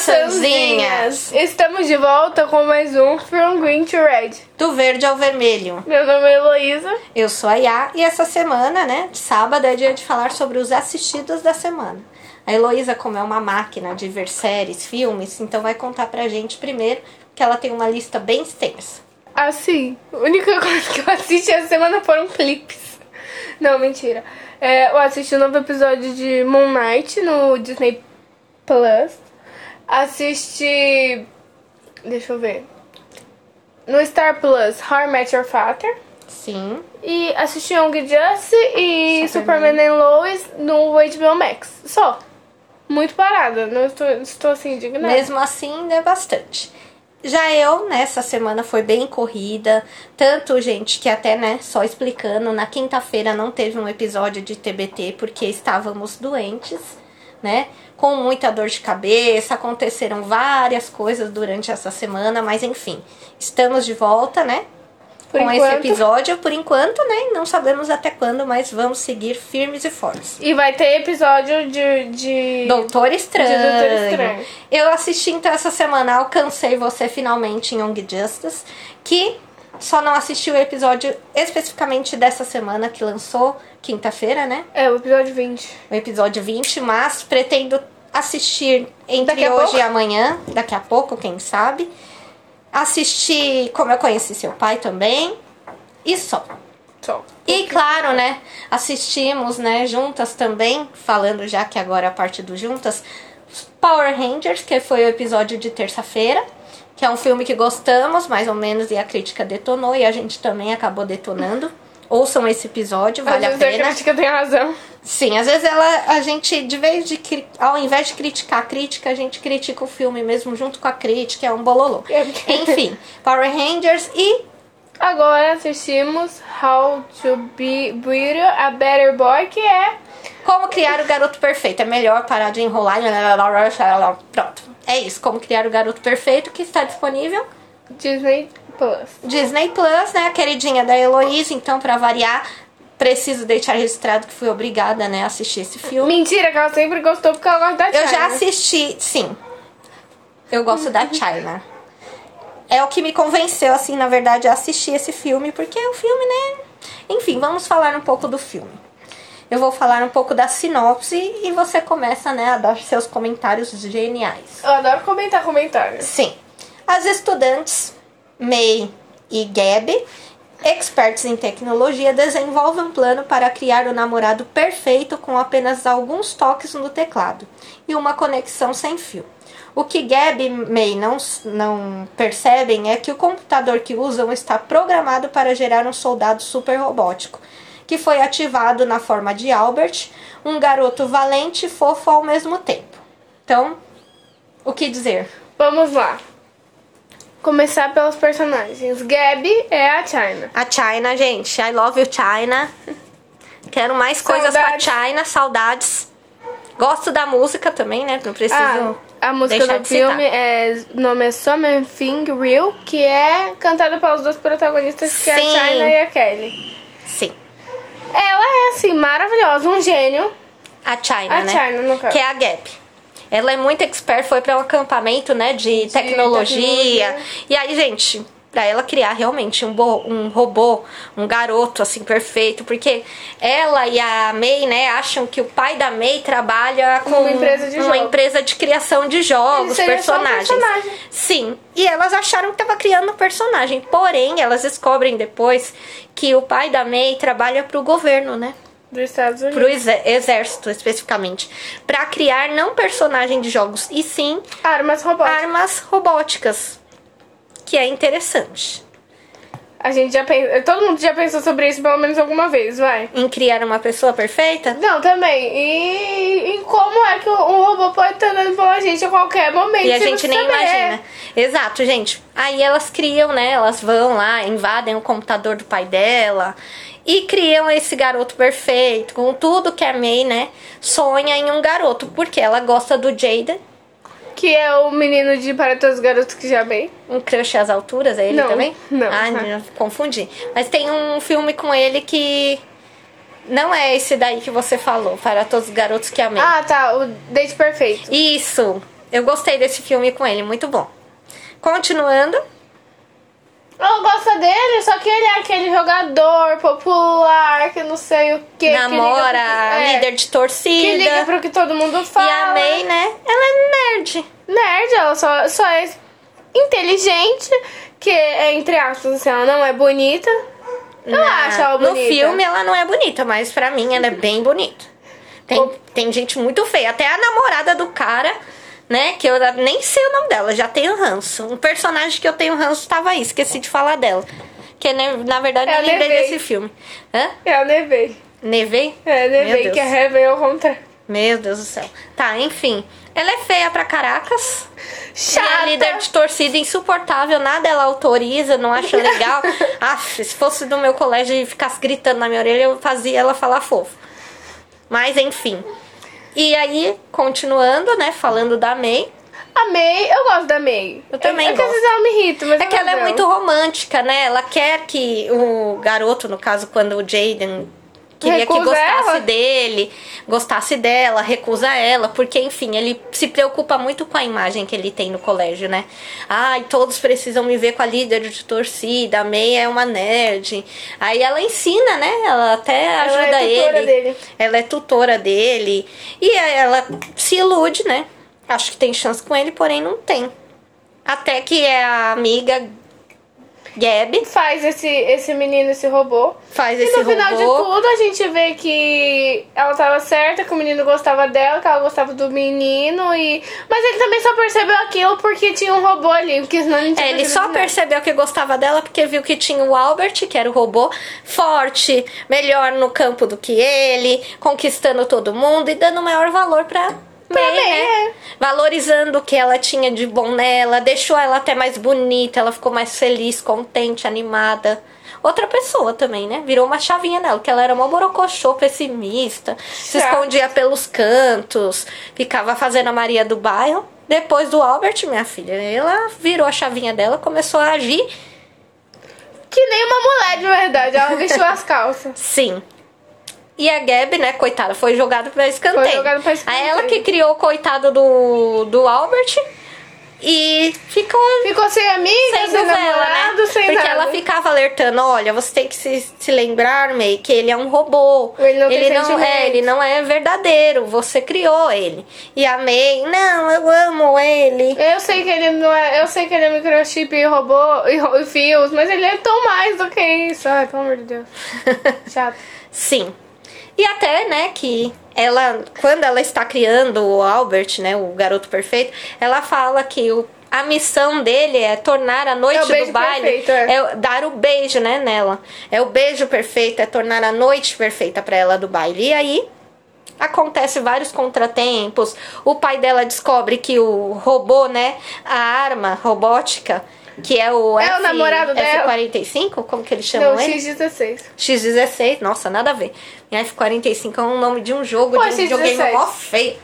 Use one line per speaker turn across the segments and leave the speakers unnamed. maçãzinhas.
Estamos de volta com mais um From Green to Red.
Do verde ao vermelho.
Meu nome é Heloísa.
Eu sou a Yá e essa semana, né, de sábado, é dia de falar sobre os assistidos da semana. A Heloísa, como é uma máquina de ver séries, filmes, então vai contar pra gente primeiro que ela tem uma lista bem extensa.
Assim, a única coisa que eu assisti essa semana foram clipes. Não, mentira. É, eu assisti o um novo episódio de Moon Knight no Disney Plus. Assisti. Deixa eu ver. No Star Plus, How I Met Your Father.
Sim.
E assisti Young Justice e Superman, and Lois no HBO Max. Só. Muito parada. Não estou, estou assim indignada.
Mesmo assim, ainda é bastante. Já eu, nessa semana foi bem corrida, tanto gente que até, né, só explicando, na quinta-feira não teve um episódio de TBT porque estávamos doentes, né? Com muita dor de cabeça, aconteceram várias coisas durante essa semana, mas enfim, estamos de volta, né?
Por
com esse
enquanto.
episódio, por enquanto, né? Não sabemos até quando, mas vamos seguir firmes e fortes.
E vai ter episódio de. de...
Doutor Estranho.
De Doutor Estranho.
Eu assisti então essa semana Alcancei Você Finalmente em Young Justice, que só não assisti o episódio especificamente dessa semana que lançou, quinta-feira, né?
É, o episódio 20.
O episódio 20, mas pretendo assistir entre
Daqui a
hoje
pouco.
e amanhã, daqui a pouco, quem sabe. Assisti Como Eu Conheci Seu Pai também. E só.
Só.
E
é.
claro, né? Assistimos, né, juntas também, falando já que agora é a parte do juntas, Power Rangers, que foi o episódio de terça-feira, que é um filme que gostamos, mais ou menos, e a crítica detonou e a gente também acabou detonando. Ouçam esse episódio, vale a
Às vezes
pena.
crítica tem razão.
Sim, às vezes ela, a gente, de vez de cri- ao invés de criticar a crítica, a gente critica o filme mesmo junto com a crítica, é um bololô.
É.
Enfim, Power Rangers e
Agora assistimos How to Be Beauty, a Better Boy, que é.
Como criar o garoto perfeito? É melhor parar de enrolar. né, Pronto. É isso. Como criar o garoto perfeito que está disponível.
Disney Plus.
Disney Plus, né? A queridinha da Heloísa. Então, pra variar, preciso deixar registrado que fui obrigada, né, a assistir esse filme.
Mentira, que ela sempre gostou porque ela gosta da
Eu
China. Uhum.
já assisti, sim. Eu gosto da China. É o que me convenceu, assim, na verdade, a assistir esse filme, porque o filme, né? Enfim, vamos falar um pouco do filme. Eu vou falar um pouco da sinopse e você começa, né, a dar seus comentários geniais.
Eu adoro comentar comentários.
Sim. As estudantes May e Gabby, expertos em tecnologia, desenvolvem um plano para criar o namorado perfeito com apenas alguns toques no teclado e uma conexão sem fio. O que Gabby e May não, s- não percebem é que o computador que usam está programado para gerar um soldado super robótico, que foi ativado na forma de Albert, um garoto valente e fofo ao mesmo tempo. Então, o que dizer?
Vamos lá. Começar pelos personagens. Gabi é a China.
A China, gente. I love you, China. Quero mais coisas pra
Saudades.
China, saudades. Gosto da música também, né? Não preciso.
Ah, a música
deixar
do
de citar.
filme é o nome é Something Real, que é cantada pelos dois protagonistas, que é a
Sim.
China e a Kelly.
Sim.
Ela é assim, maravilhosa, um gênio.
A China,
A
né?
China, no caso.
Que é a Gap. Ela é muito expert, foi pra um acampamento, né, de, tecnologia.
tecnologia.
E aí, gente, pra ela criar realmente um, bo- um robô, um garoto, assim, perfeito. Porque ela e a May, né, acham que o pai da May trabalha com
empresa de
uma
jogos.
empresa de criação de jogos,
Ele seria só um
personagens.
personagem.
Sim, e elas acharam que tava criando um personagem. Porém, elas descobrem depois que o pai da May trabalha pro governo, né?
Dos Estados Unidos.
pro exe- exército especificamente, Pra criar não personagem de jogos e sim
Armas robóticas.
armas robóticas, que é interessante.
A gente já pensa. Todo mundo já pensou sobre isso pelo menos alguma vez, vai.
Em criar uma pessoa perfeita?
Não, também. E em como é que um robô pode estar andando pela gente a qualquer momento.
E a
sem
gente
você é
nem
saber.
imagina. Exato, gente. Aí elas criam, né? Elas vão lá, invadem o computador do pai dela e criam esse garoto perfeito, com tudo que a May, né, sonha em um garoto, porque ela gosta do Jaden,
Que é o menino de Para Todos os Garotos que já bem.
Um crush às alturas, é ele
Não,
também?
não.
Ah, não, confundi. Mas tem um filme com ele que não é esse daí que você falou, para todos os garotos que amei.
Ah, tá. O Date Perfeito.
Isso, Eu gostei desse filme com ele, muito bom. Continuando,
Eu gosto dele, só que ele é aquele jogador popular que não sei o quê, que.
namora,
liga pro- é,
líder de
Que liga
torcida.
pro que todo mundo
E
fala.
a May, né? Ela é nerd.
Nerd, ela só, só é inteligente, que é entre aspas, assim, ela não é bonita. Eu
Na-
acho ela
Ah, no
bonita.
filme ela não é bonita, mas pra mim ela é bem bonita. Tem,
Ou-
tem gente muito feia. Até a namorada do cara, né? Que eu nem sei o nome dela, já tenho ranço. Um personagem que eu tenho ranço tava aí, esqueci de falar dela. Que né, na verdade
É
eu
a
lembrei
Nevei.
desse filme. Hã?
É a Nevei.
Nevei?
É a
Meu
Nevei,
Deus.
que a Heaven é o contrário.
Meu Deus do céu. Tá, enfim. Ela é feia pra caracas. E
Chata.
a líder de torcida insuportável, nada ela autoriza, não acha legal. Aff, se fosse do meu colégio e ficasse gritando na minha orelha, eu fazia ela falar fofo. Mas enfim. E aí, continuando, né, falando da May,
A May, eu gosto da May.
Eu também
É que às
gosto.
vezes ela me irrita, mas
é
eu
que
gosto
ela é
dela.
muito romântica, né? Ela quer que o garoto, no caso, quando o Jaden queria que
Recusa
gostasse
ela?
dele, gostasse dela, recusa ela, porque enfim, ele se preocupa muito com a imagem que ele tem no colégio, né? Ai, todos precisam me ver com a líder de torcida, a May é uma nerd. Aí ela ensina, né? Ela até ajuda
é tutora
ele.
dele.
Ela é tutora dele. E aí ela se ilude, né? Acho que tem chance com ele, porém não tem. Até que é a amiga Gabi
Faz esse, esse menino, esse robô.
faz
E
esse
no final de
robô.
tudo a gente vê que ela tava certa, que o menino gostava dela, que ela gostava do menino e. Mas ele também só percebeu aquilo porque tinha um robô ali, porque senão ele não tinha
É, ele
percebido
só
nada.
percebeu que gostava dela porque viu que tinha o Albert, que era o robô, forte, melhor no campo do que ele, conquistando todo mundo e dando maior valor pra
Pra
May,
May,
né?
é.
Valorizando o que ela tinha de bom nela, deixou ela até mais bonita, ela ficou mais feliz, contente, animada. Outra pessoa também, né? Virou uma chavinha nela, que ela era uma borocochô pessimista, se
Chata.
escondia pelos cantos, ficava fazendo a Maria do bairro. Depois do Albert, minha filha, ela virou a chavinha dela, começou a agir.
Que nem uma mulher de verdade, ela vestiu as calças.
Sim. E a Gabi, né, coitada, foi jogada pra escanteio.
Foi jogada pra escanteio.
Aí ela que criou o coitado do, do Albert e ficou
Ficou sem amiga, sem,
sem novela,
namorado,
né?
sem
Porque
nada.
ela ficava alertando, olha, você tem que se, se lembrar, May, que ele é um robô.
Ele não tem sentimentos.
é, ele não é verdadeiro, você criou ele. E a May, não, eu amo ele.
Eu sei que ele não é. Eu sei que ele é microchip e robô e, ro- e fios, mas ele é tão mais do que isso. Ai, pelo amor de Deus. Chato.
Sim. E até, né, que ela, quando ela está criando o Albert, né, o garoto perfeito, ela fala que o, a missão dele é tornar a
É o
noite
beijo
do baile,
perfeito, é.
o- dar o beijo, né, nela. É o beijo perfeito, é tornar a noite perfeita para ela do baile. E aí acontece vários contratempos. O pai dela descobre que o robô, né, a arma robótica, que é o
É o
F,
namorado dela.
F45, como que eles chamam
Não,
ele?
X16.
X16, nossa, nada a ver. Minha F45 é um nome de um jogo
Pô,
de um
X17.
videogame mó feio.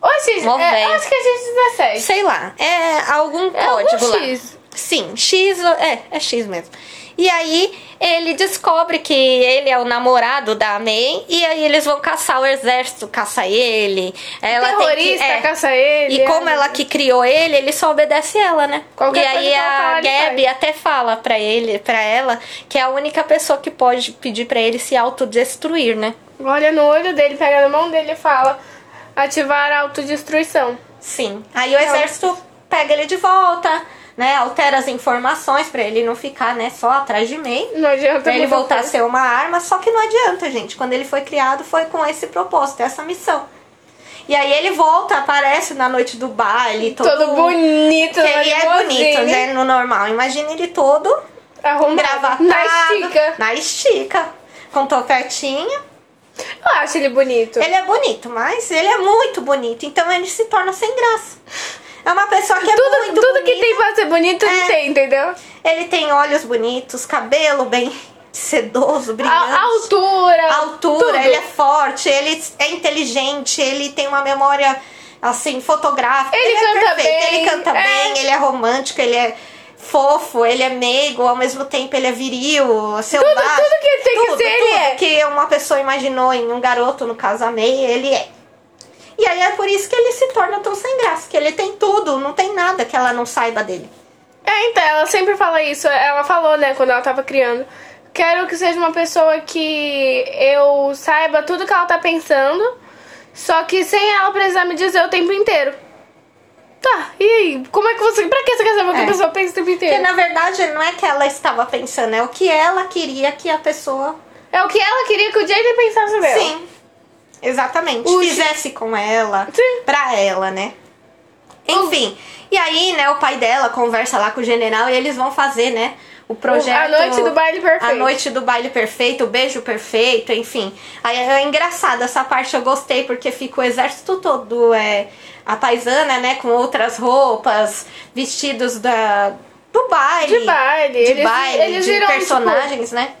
Ou X.
Mó
É,
velho.
acho que é X17.
Sei lá, é algum
É algum
código lá.
X.
Sim, X, é, é X mesmo. E aí ele descobre que ele é o namorado da May e aí eles vão caçar o exército, caça ele. Ela
Terrorista,
tem que, é.
caça ele.
E como
é.
ela que criou ele, ele só obedece ela, né?
Qualquer
e
coisa
aí
que ela falar,
a
ele
Gabi até fala pra ele, para ela, que é a única pessoa que pode pedir pra ele se autodestruir, né?
Olha no olho dele, pega na mão dele e fala: ativar a autodestruição.
Sim. Aí
É,
o exército pega ele de volta, né? Altera as informações pra ele não ficar, né, só atrás de May.
Não adianta
Pra ele
muita
voltar a
coisa.
ser uma arma, só que não adianta, gente. Quando ele foi criado, foi com esse propósito, essa missão. E aí ele volta, aparece na noite do baile, um todo,
Todo bonito,
Que ele é
limousine,
bonito, né? No normal. Imagina ele todo
Arrumado.
gravatado.
Um Na estica.
Na estica. Com topetinho.
Eu acho ele bonito.
Ele é bonito, mas ele é muito bonito. Então ele se torna sem graça. É uma pessoa que é
tudo
muito
tudo que
bonita.
tem pra ser bonito, ele
É.
tem, entendeu?
Ele tem olhos bonitos, cabelo bem sedoso,
A, a
brilhante.
altura.
altura,
tudo.
ele é forte, ele é inteligente, ele tem uma memória assim fotográfica.
Ele
é
canta
perfeito,
bem,
ele canta
é.
bem, ele é romântico, ele é fofo, ele é meigo, ao mesmo tempo ele é viril, selvagem.
tudo que ele tem que
tudo,
ser, ele
tudo
é.
que uma pessoa imaginou em um garoto, no caso a May, ele é. E aí é por isso que ele se torna tão sem graça, que ele tem tudo, não tem nada que ela não saiba dele.
É, então, ela sempre fala isso. Ela falou, né, quando ela tava criando. Quero que seja uma pessoa que eu saiba tudo que ela tá pensando, só que sem ela precisar me dizer o tempo inteiro. Tá, e aí? Como é que você. Pra que você quer saber o que
É.
a pessoa pensa o tempo
Porque
inteiro?
na verdade não é que ela estava pensando, é o que ela queria que a pessoa.
É o que ela queria que o JJ pensasse dela.
Sim. Exatamente.
O-
Fizesse com ela.
Sim.
Pra ela, né? Enfim. E aí, né, o pai dela conversa lá com o general e eles vão fazer, né? O projeto.
A noite do baile perfeito.
A noite do baile perfeito, o beijo perfeito, enfim. Aí é engraçado, essa parte eu gostei, porque fica o exército todo, é, a paisana, né, com outras roupas, vestidos da, do baile.
De baile,
De
eles-
baile,
eles
de
viram, tipo,
personagens, né?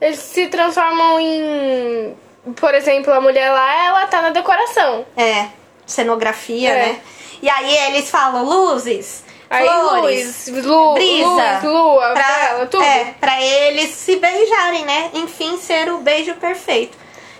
Eles se transformam em. Por exemplo, a mulher lá, ela tá na decoração.
É, cenografia,
É.
né? E aí eles falam luzes,
Aí
flores,
luz, lu,
brisa,
luz, lua,
pra,
vela, tudo.
É, pra eles se beijarem, né? Enfim, ser o beijo perfeito.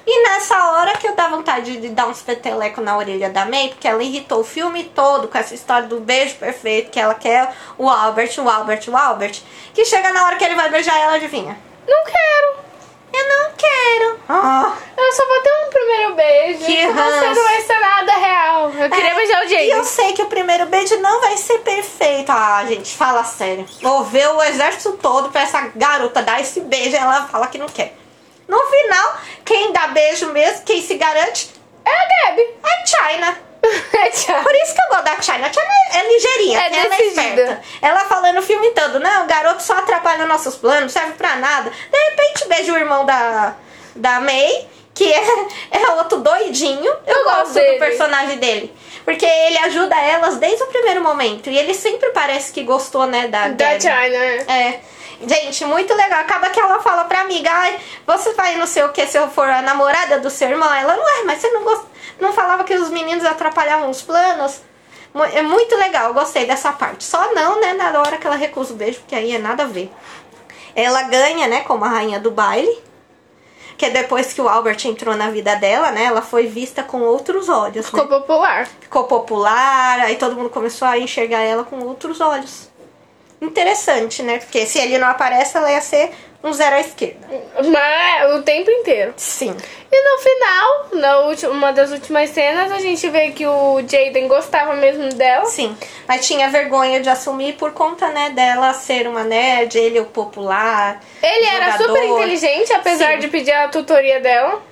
E nessa hora que eu dá vontade de dar uns peteleco na orelha da May, porque ela irritou o filme todo com essa história do beijo perfeito, que ela quer o Albert, o Albert, o Albert. Que chega na hora que ele vai beijar ela, adivinha?
Não quero.
Eu não quero. Ah.
Eu só vou ter um primeiro beijo.
Que
então você
ranço.
não vai ser nada real. Eu queria
É,
beijar o
E eu
James.
sei que o primeiro beijo não vai ser perfeito. Ah, gente, fala sério. Vou ver o exército todo pra essa garota dar esse beijo. Ela fala que não quer. No final, quem dá beijo mesmo, quem se garante,
É a Gabi.
é a China.
É tchau.
Por isso que eu gosto da China. A China é ligeirinha,
É
que ela é
decidida.
esperta. Ela falando o filme todo. Não, o garoto só atrapalha nossos planos, não serve pra nada. De repente, beija o irmão da, da May, que é, é outro doidinho. Eu,
Eu gosto
gosto do
dele.
personagem dele. Porque ele ajuda elas desde o primeiro momento. E ele sempre parece que gostou, né, da
Da
Gabby.
China, é.
É. Gente, muito legal. Acaba que ela fala pra amiga, ai, você vai não sei o que se eu for a namorada do seu irmão. Ela, não é, mas você não gosta. Não falava que os meninos atrapalhavam os planos. Mu- É muito legal, eu gostei dessa parte. Só não, né, na hora que ela recusa o beijo, porque aí é nada a ver. Ela ganha, né, como a rainha do baile. Que é depois que o Albert entrou na vida dela, né? Ela foi vista com outros olhos. né?
Ficou popular.
ficou popular, aí todo mundo começou a enxergar ela com outros olhos. Interessante, né? Porque se ele não aparece, ela ia ser um zero à esquerda.
Mas o tempo inteiro.
Sim.
E no final, na última, uma das últimas cenas, a gente vê que o Jaden gostava mesmo dela.
Sim. Mas tinha vergonha de assumir por conta, né, dela ser uma nerd, ele o popular.
Ele era
jogador.
super inteligente, apesar
Sim.
de pedir a tutoria dela.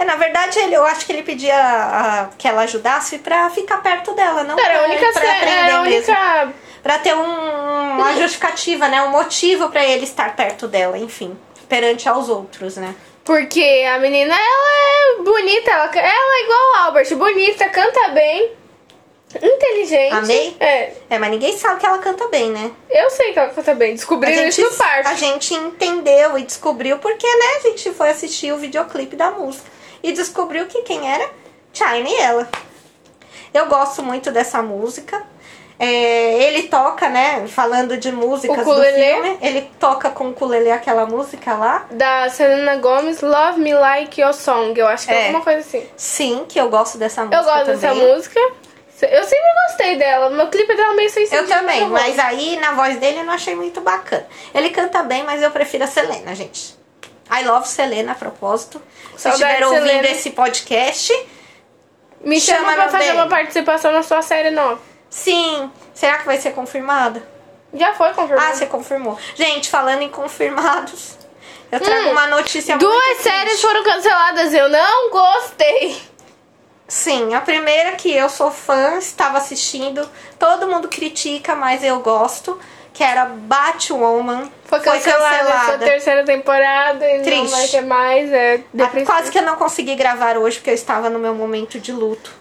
É, na verdade, ele, eu acho que ele pedia ah, que ela ajudasse pra ficar perto dela, não
Era a
pra,
única
pra
cena,
aprender
era a
mesmo.
única. Uhum.
Pra ter um- uma justificativa, né? Um motivo pra ele estar perto dela, enfim. Perante aos outros, né?
Porque a menina, ela é bonita, ela, ela é igual ao Albert, bonita, canta bem, inteligente.
Amei.
É,
É, mas ninguém sabe que ela canta bem, né?
eu sei que ela canta bem,
A
descobriram
gente,
isso no parto.
a gente entendeu e descobriu porque, né? A gente foi assistir o videoclipe da música e descobriu que quem era China e ela. Eu gosto muito dessa música. É, ele toca, né? Falando de músicas do
Ukulele.
filme, ele toca com o ukulele aquela música lá.
Da Selena Gomes, Love Me Like Your Song, eu acho que é,
É.
alguma coisa assim.
Sim, que eu gosto dessa música.
Eu gosto
também.
dessa música. Eu sempre gostei dela. Meu clipe dela é meio sem
Eu
sentido,
também,
gosto.
mas aí na voz dele eu não achei muito bacana. Ele canta bem, mas eu prefiro a Selena, gente. I love Selena a propósito. Se
Saudade
estiver
de
ouvindo
Selena.
esse podcast,
Me chama,
Chama,
pra
meu
fazer
bem.
uma participação na sua série nova.
sim. Será que vai ser confirmado?
Já foi confirmado.
Ah, você confirmou. Gente, falando em confirmados, eu trago
Hum,
uma notícia
Duas
tá muito
séries
triste.
foram canceladas, eu não gostei.
Sim, a primeira que eu sou fã, estava assistindo, todo mundo critica, mas eu gosto, que era Batwoman.
Foi cancelada, essa terceira temporada e
Triste.
não vai ter mais. É
Ah,
depressivo.
Quase que eu não consegui gravar hoje porque eu estava no meu momento de luto.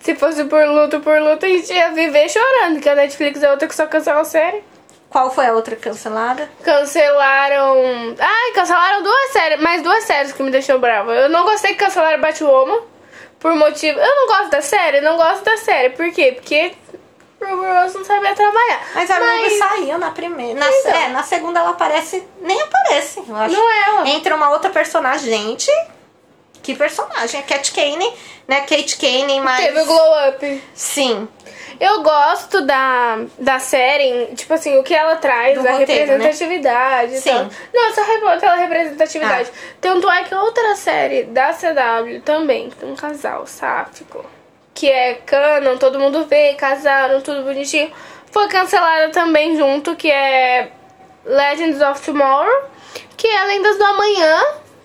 Se fosse por luto, por luto, a gente ia viver chorando, que a Netflix é outra que só cancela série.
Qual foi a outra cancelada?
Cancelaram. Ai, cancelaram duas séries, mais duas séries que me deixou brava. Eu não gostei que cancelaram Batwoman. Por motivo. Eu não gosto da série? Não gosto da série. Por quê? Porque Ruby Rose não sabia trabalhar.
Mas a Ruby saiu na primeira. Na,
Então.
É, na segunda ela aparece. Nem aparece, eu acho.
Não é ela.
Entra uma outra personagem. Gente, que personagem. A Cat Kane, né? Kate Kane, mas.
Teve o glow up.
Sim.
Eu gosto da, da série, tipo assim, o que ela traz,
Do
a
roteiro, né?
representatividade e
Sim.
tal. Não, essa re- aquela representatividade. Tanto é que outra série da CW também, que tem um casal sáfico, que é canon, todo mundo vê, casaram, tudo bonitinho. Foi cancelada também junto, que é Legends of Tomorrow, que é Lendas do Amanhã,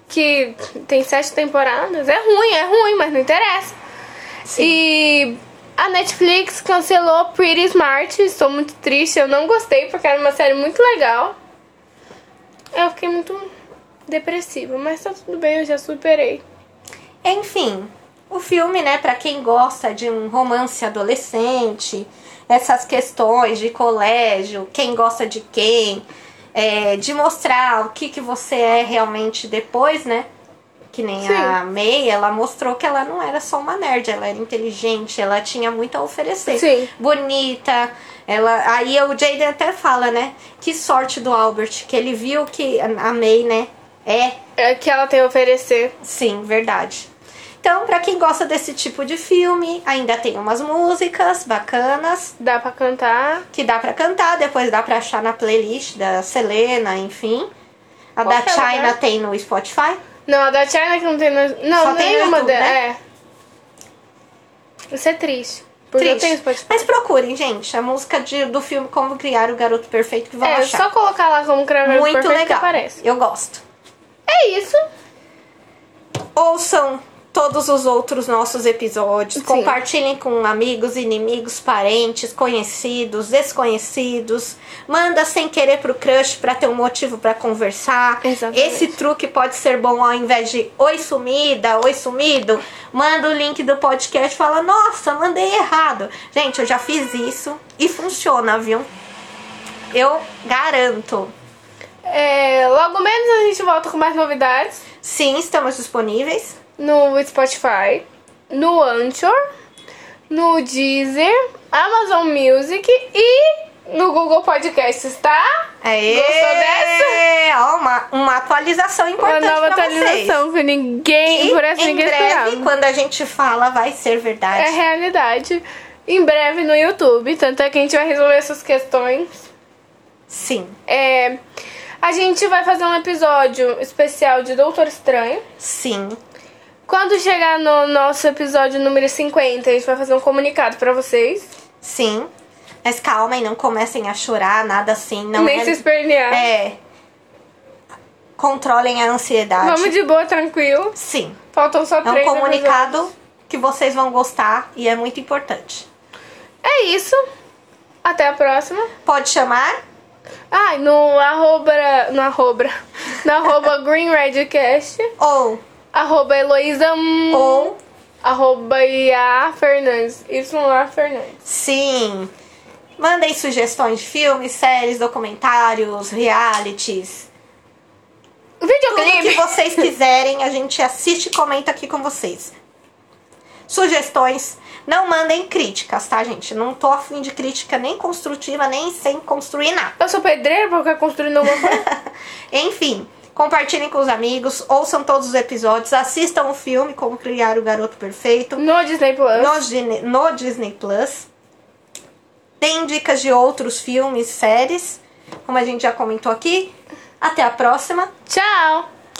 que tem sete temporadas. É ruim, é ruim, mas não interessa. E a Netflix cancelou Pretty Smart. Estou muito triste. Eu não gostei porque era uma série muito legal. Eu fiquei muito depressiva, mas tá tudo bem, eu já superei.
Enfim, o filme, né, pra quem gosta de um romance adolescente, essas questões de colégio, quem gosta de quem, é, de mostrar o que, que você é realmente depois, né? Que nem a May, ela mostrou que ela não era só uma nerd, ela era inteligente, ela tinha muito a oferecer.
Sim.
Bonita. Ela, aí o Jaden até fala, né? Que sorte do Albert, que ele viu que a May, né? É
É que ela tem a oferecer.
Sim, verdade. Então, pra quem gosta desse tipo de filme, ainda tem umas músicas bacanas
Dá pra cantar.
que dá pra cantar, depois dá pra achar na playlist da Selena, enfim. A da
Qualquer
China
é lugar.
tem no Spotify.
Não, a da China que não tem. No... Não,
Só tem no
nenhuma
YouTube,
dela.
né?
É. Isso é triste. Porque eu tenho Spotify.
Mas procurem, gente, a música de- do filme Como Criar o Garoto Perfeito que vão
É,
achar.
só colocar lá como cravado
Muito
perfeito que
legal.
aparece.
Eu gosto.
É isso.
Ouçam todos os outros nossos episódios. Compartilhem com amigos, inimigos, parentes, conhecidos, desconhecidos. Manda sem querer pro crush pra ter um motivo pra conversar.
Exatamente.
Esse truque pode ser bom ao invés de oi sumida, oi sumido. Manda o link do podcast e fala: "Nossa, mandei errado". Gente, eu já fiz isso e funciona, viu? Eu garanto.
É, logo menos a gente volta com mais novidades.
Sim, estamos disponíveis.
no Spotify, no Anchor, no Deezer, Amazon Music e no Google Podcasts, tá?
Aê!
Gostou dessa?
Ó, uma, uma atualização
Uma
importante
nova
pra vocês.
atualização que ninguém,
E
por assim essa
em
ninguém
breve,
esperava.
quando a gente fala, vai ser verdade.
É realidade. Em breve no YouTube, tanto é que a gente vai resolver essas questões.
Sim,
É, a gente vai fazer um episódio especial de Doutor Estranho.
sim.
Quando chegar no nosso episódio número 50, a gente vai fazer um comunicado pra vocês.
Sim. Mas calmem, não comecem a chorar, nada assim. Não
nem
é...
se espernear.
É. Controlem a ansiedade.
Vamos de boa, tranquilo.
Sim.
Faltam só
É um
três.
comunicado que vocês vão gostar e é muito importante.
episódios. É isso. Até a próxima.
Pode chamar?
Ai, no arroba. No arroba. No arroba Green Redcast.
Ou.
Arroba Heloísa. Hum,
Ou.
Arroba Ia Fernandes. YA Fernandes.
Sim. Mandem sugestões de filmes, séries, documentários, realities. Tudo que
Videoclipe.
vocês quiserem, a gente assiste e comenta aqui com vocês. Sugestões. Não mandem críticas, tá, gente? Não tô afim de crítica nem construtiva, nem sem construir nada.
Eu sou pedreiro porque construindo alguma coisa.
Enfim, compartilhem com os amigos, ouçam todos os episódios, assistam o filme Como Criar o Garoto Perfeito
no Disney Plus.
no, Disney- no Disney Plus. Tem dicas de outros filmes, séries, como a gente já comentou aqui. Até a próxima.
Tchau.